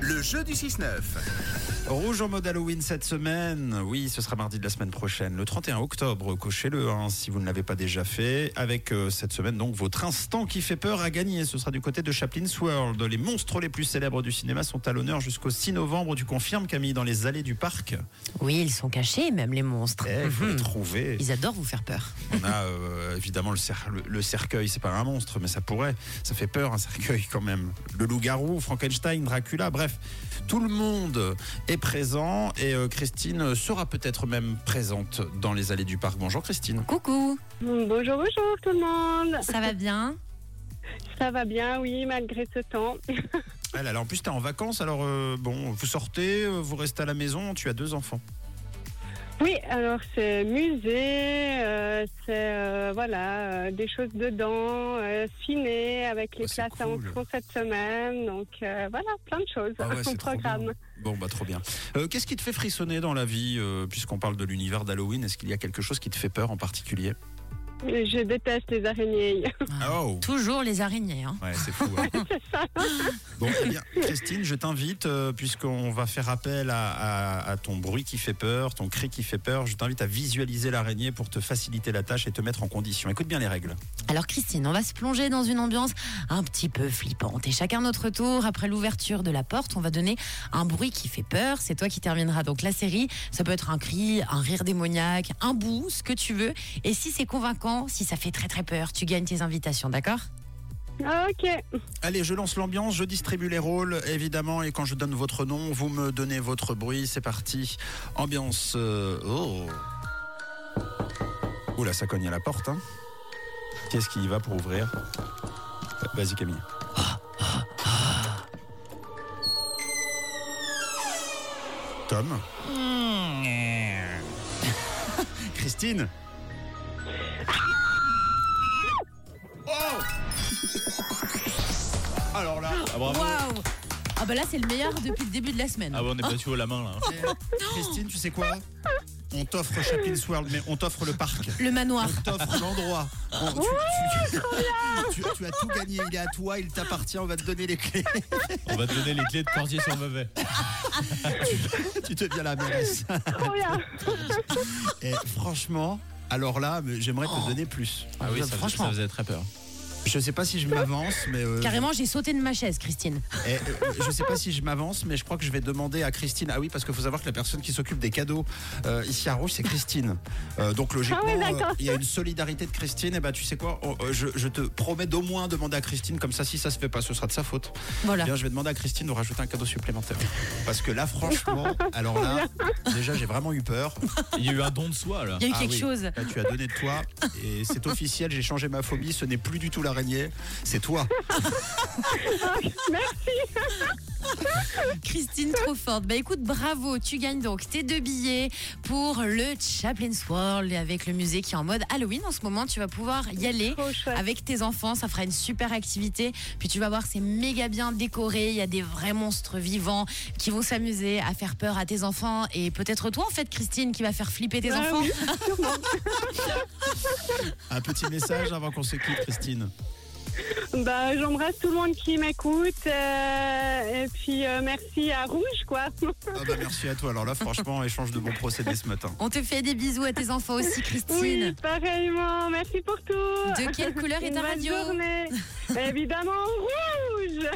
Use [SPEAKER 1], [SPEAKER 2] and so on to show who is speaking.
[SPEAKER 1] Le jeu du 6-9.
[SPEAKER 2] Rouge en mode Halloween cette semaine. Oui, ce sera mardi de la semaine prochaine, le 31 octobre. Cochez-le hein, si vous ne l'avez pas déjà fait. Avec euh, cette semaine, donc, votre instant qui fait peur à gagner. Ce sera du côté de Chaplin's World. Les monstres les plus célèbres du cinéma sont à l'honneur jusqu'au 6 novembre. Tu confirmes, Camille, dans les allées du parc
[SPEAKER 3] Oui, ils sont cachés, même les monstres.
[SPEAKER 2] Eh, Il faut les
[SPEAKER 3] Mhm.
[SPEAKER 2] trouver.
[SPEAKER 3] Ils adorent vous faire peur.
[SPEAKER 2] On a euh, évidemment le, cer- le- le cercueil, c'est pas un monstre, mais ça pourrait. Ça fait peur un cercueil quand même. Le loup-garou, Frankenstein, Dracula, bref, tout le monde est présent et euh, Christine sera peut-être même présente dans les allées du parc. Bonjour Christine.
[SPEAKER 4] Coucou,
[SPEAKER 5] Mm, Bonjour, bonjour tout le monde.
[SPEAKER 4] ça va bien
[SPEAKER 5] Ça va bien, oui, malgré ce temps.
[SPEAKER 2] Ah là là, en plus t'es en vacances, alors euh, bon, vous sortez, euh, vous restez à la maison, tu as deux enfants.
[SPEAKER 5] Oui, alors c'est musée, euh, c'est euh, voilà euh, des choses dedans, euh, ciné avec les
[SPEAKER 2] Oh, c'est
[SPEAKER 5] classes à
[SPEAKER 2] cool.
[SPEAKER 5] enfants cette semaine, donc euh, voilà plein de choses
[SPEAKER 2] Ah ouais,
[SPEAKER 5] au
[SPEAKER 2] c'est trop
[SPEAKER 5] programme.
[SPEAKER 2] bien. Bon bah trop bien. Euh, Qu'est-ce qui te fait frissonner dans la vie, euh, puisqu'on parle de l'univers d'Halloween Est-ce qu'il y a quelque chose qui te fait peur en particulier
[SPEAKER 5] Je déteste les araignées.
[SPEAKER 3] Ah.
[SPEAKER 2] Oh
[SPEAKER 3] Toujours les araignées. hein.
[SPEAKER 2] Ouais, c'est fou. hein. bon, eh bien, Christine, je t'invite, euh, puisqu'on va faire appel à, à- à ton bruit qui fait peur, ton cri qui fait peur, je t'invite à visualiser l'araignée pour te faciliter la tâche et te mettre en condition. Écoute bien les règles.
[SPEAKER 3] Alors Christine, on va se plonger dans une ambiance un petit peu flippante. Et chacun notre tour, après l'ouverture de la porte, on va donner un bruit qui fait peur. C'est toi qui termineras donc la série. Ça peut être un cri, un rire démoniaque, un bout, ce que tu veux. Et si c'est convaincant, si ça fait très très peur, tu gagnes tes invitations, d'accord
[SPEAKER 5] Ah, ok,
[SPEAKER 2] Allez, je lance l'ambiance, je distribue les rôles, évidemment, et quand je donne votre nom, vous me donnez votre bruit, c'est parti. Ambiance... euh, oh Oula, ça cogne à la porte, hein. Qu'est-ce qui y va pour ouvrir Euh, Vas-y Camille. Tom Christine Alors là,
[SPEAKER 3] Waouh Ah bah là c'est le meilleur depuis le début de la semaine.
[SPEAKER 6] Ah ouais, on est battu au la main là.
[SPEAKER 2] eh, Christine, tu sais quoi On t'offre Chaplin's World, mais on t'offre le parc.
[SPEAKER 3] Le manoir.
[SPEAKER 2] On t'offre l'endroit. On- tu- tu, tu- tu as tout gagné, il est à toi, il t'appartient, on va te donner les clés.
[SPEAKER 6] On va te donner les clés de Cordier sur mauvais.
[SPEAKER 2] tu deviens la mairesse.
[SPEAKER 5] trop bien.
[SPEAKER 2] Et franchement, alors là, mais j'aimerais te donner plus.
[SPEAKER 6] Ah ça,
[SPEAKER 3] franchement.
[SPEAKER 6] faisait très peur.
[SPEAKER 2] Je sais pas si je m'avance, mais. euh,
[SPEAKER 3] Carrément j'ai sauté de ma chaise Christine.
[SPEAKER 2] Eh, euh, je sais pas si je m'avance, mais je crois que je vais demander à Christine. Ah oui, parce qu'il faut savoir que la personne qui s'occupe des cadeaux euh, ici à Rouge, c'est Christine. Euh, donc logiquement,
[SPEAKER 5] Ah oui,
[SPEAKER 2] euh,
[SPEAKER 5] d'accord.
[SPEAKER 2] il y a une solidarité de Christine. Et bah tu sais quoi, oh, euh, je, je te promets d'au moins demander à Christine. Comme ça, si ça se fait pas, ce sera de sa faute.
[SPEAKER 3] Voilà. Oh.
[SPEAKER 2] Bien, je vais demander à Christine de rajouter un cadeau supplémentaire. Parce que là, franchement, alors là, déjà, j'ai vraiment eu peur.
[SPEAKER 6] Il y a eu un don de soi là.
[SPEAKER 3] Il y a eu
[SPEAKER 2] Ah
[SPEAKER 3] quelque
[SPEAKER 2] oui.
[SPEAKER 3] chose.
[SPEAKER 2] Là, tu as donné de toi et c'est officiel. J'ai changé ma phobie. Ce n'est plus du tout l'araignée, c'est toi.
[SPEAKER 3] Christine trop forte. Bah écoute, bravo, tu gagnes donc tes deux billets pour le Chaplin's World et avec le musée qui est en mode Halloween en ce moment, tu vas pouvoir y aller.
[SPEAKER 5] Trop chouette.
[SPEAKER 3] Avec tes enfants, ça fera une super activité. Puis tu vas voir, c'est méga bien décoré. Il y a des vrais monstres vivants qui vont s'amuser à faire peur à tes enfants. Et peut-être toi, en fait, Christine, qui va faire flipper tes
[SPEAKER 5] Ah
[SPEAKER 3] enfants.
[SPEAKER 5] oui.
[SPEAKER 2] Un petit message avant qu'on se quitte, Christine.
[SPEAKER 5] Bah j'embrasse tout le monde qui m'écoute euh, et puis euh, merci à Rouge quoi.
[SPEAKER 2] Ah bah, merci à toi. Alors là, franchement, échange de bons procédés ce matin.
[SPEAKER 3] On te fait des bisous à tes enfants aussi,
[SPEAKER 5] Oui,
[SPEAKER 3] Christine.
[SPEAKER 5] pareillement. Merci pour tout.
[SPEAKER 3] De quelle couleur est
[SPEAKER 5] Une
[SPEAKER 3] ta
[SPEAKER 5] bonne
[SPEAKER 3] radio
[SPEAKER 5] journée. Évidemment, rouge.